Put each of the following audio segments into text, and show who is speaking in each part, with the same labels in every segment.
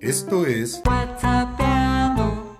Speaker 1: Esto es
Speaker 2: WhatsAppeando.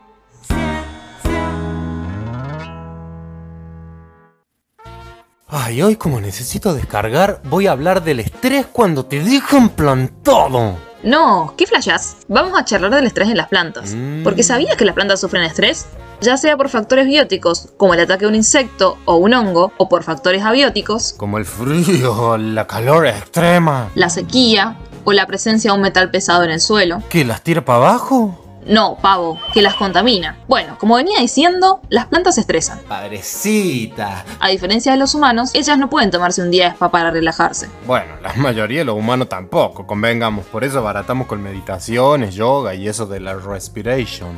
Speaker 3: Ay, hoy como necesito descargar, voy a hablar del estrés cuando te dejan plantado.
Speaker 4: No, ¿qué flashás? Vamos a charlar del estrés en las plantas.
Speaker 3: Mm.
Speaker 4: Porque ¿sabías que las plantas sufren estrés? Ya sea por factores bióticos, como el ataque de un insecto o un hongo, o por factores abióticos,
Speaker 3: Como el frío, la calor extrema,
Speaker 4: la sequía o la presencia de un metal pesado en el suelo.
Speaker 3: que las tira para abajo.
Speaker 4: No, pavo, que las contamina. Bueno, como venía diciendo, las plantas se estresan.
Speaker 3: Padrecita.
Speaker 4: A diferencia de los humanos, ellas no pueden tomarse un día de spa para relajarse.
Speaker 3: Bueno, la mayoría de los humanos tampoco, convengamos. Por eso baratamos con meditaciones, yoga y eso de la respiration.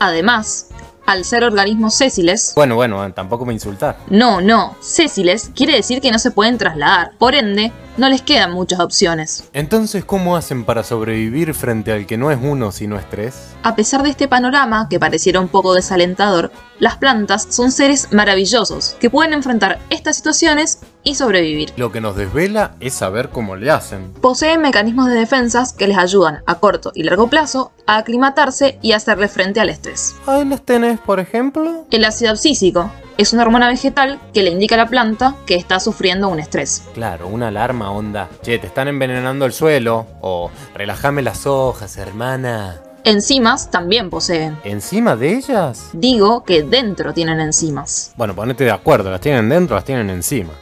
Speaker 4: Además, al ser organismos sésiles,
Speaker 3: Bueno, bueno, tampoco me insultar.
Speaker 4: No, no, sésiles quiere decir que no se pueden trasladar, por ende, no les quedan muchas opciones.
Speaker 3: Entonces, ¿cómo hacen para sobrevivir frente al que no es uno sino estrés?
Speaker 4: A pesar de este panorama, que pareciera un poco desalentador, las plantas son seres maravillosos que pueden enfrentar estas situaciones y sobrevivir.
Speaker 3: Lo que nos desvela es saber cómo le hacen.
Speaker 4: Poseen mecanismos de defensas que les ayudan a corto y largo plazo a aclimatarse y hacerle frente al estrés.
Speaker 3: Ahí las tenés, por ejemplo.
Speaker 4: El ácido abscísico es una hormona vegetal que le indica a la planta que está sufriendo un estrés.
Speaker 3: Claro, una alarma onda. Che, te están envenenando el suelo. O relájame las hojas, hermana.
Speaker 4: Enzimas también poseen.
Speaker 3: ¿Encima de ellas?
Speaker 4: Digo que dentro tienen enzimas.
Speaker 3: Bueno, ponete de acuerdo, las tienen dentro, las tienen encima.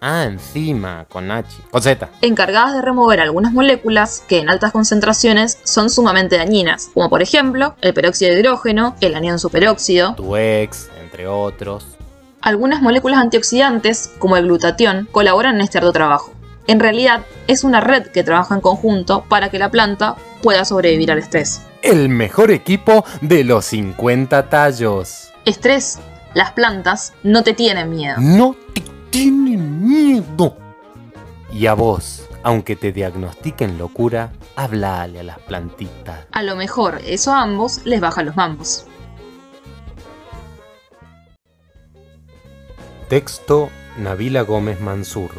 Speaker 3: Ah, encima, con H. Con Z.
Speaker 4: encargadas de remover algunas moléculas que en altas concentraciones son sumamente dañinas, como por ejemplo el peróxido de hidrógeno, el anión superóxido,
Speaker 3: Tu ex, entre otros.
Speaker 4: algunas moléculas antioxidantes, como el glutatión, colaboran en este arduo trabajo. En realidad, es una red que trabaja en conjunto para que la planta pueda sobrevivir al estrés.
Speaker 3: El mejor equipo de los 50 tallos.
Speaker 4: Estrés, las plantas no te tienen miedo.
Speaker 3: No te tienen miedo. Y a vos, aunque te diagnostiquen locura, hablale a las plantitas.
Speaker 4: A lo mejor eso a ambos les baja los mambos.
Speaker 3: Texto Navila Gómez Mansur.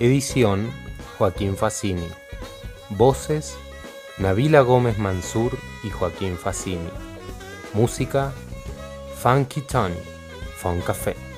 Speaker 3: Edición Joaquín Facini. Voces Navila Gómez Mansur y Joaquín Facini. Música Funky Tony, Fun Café.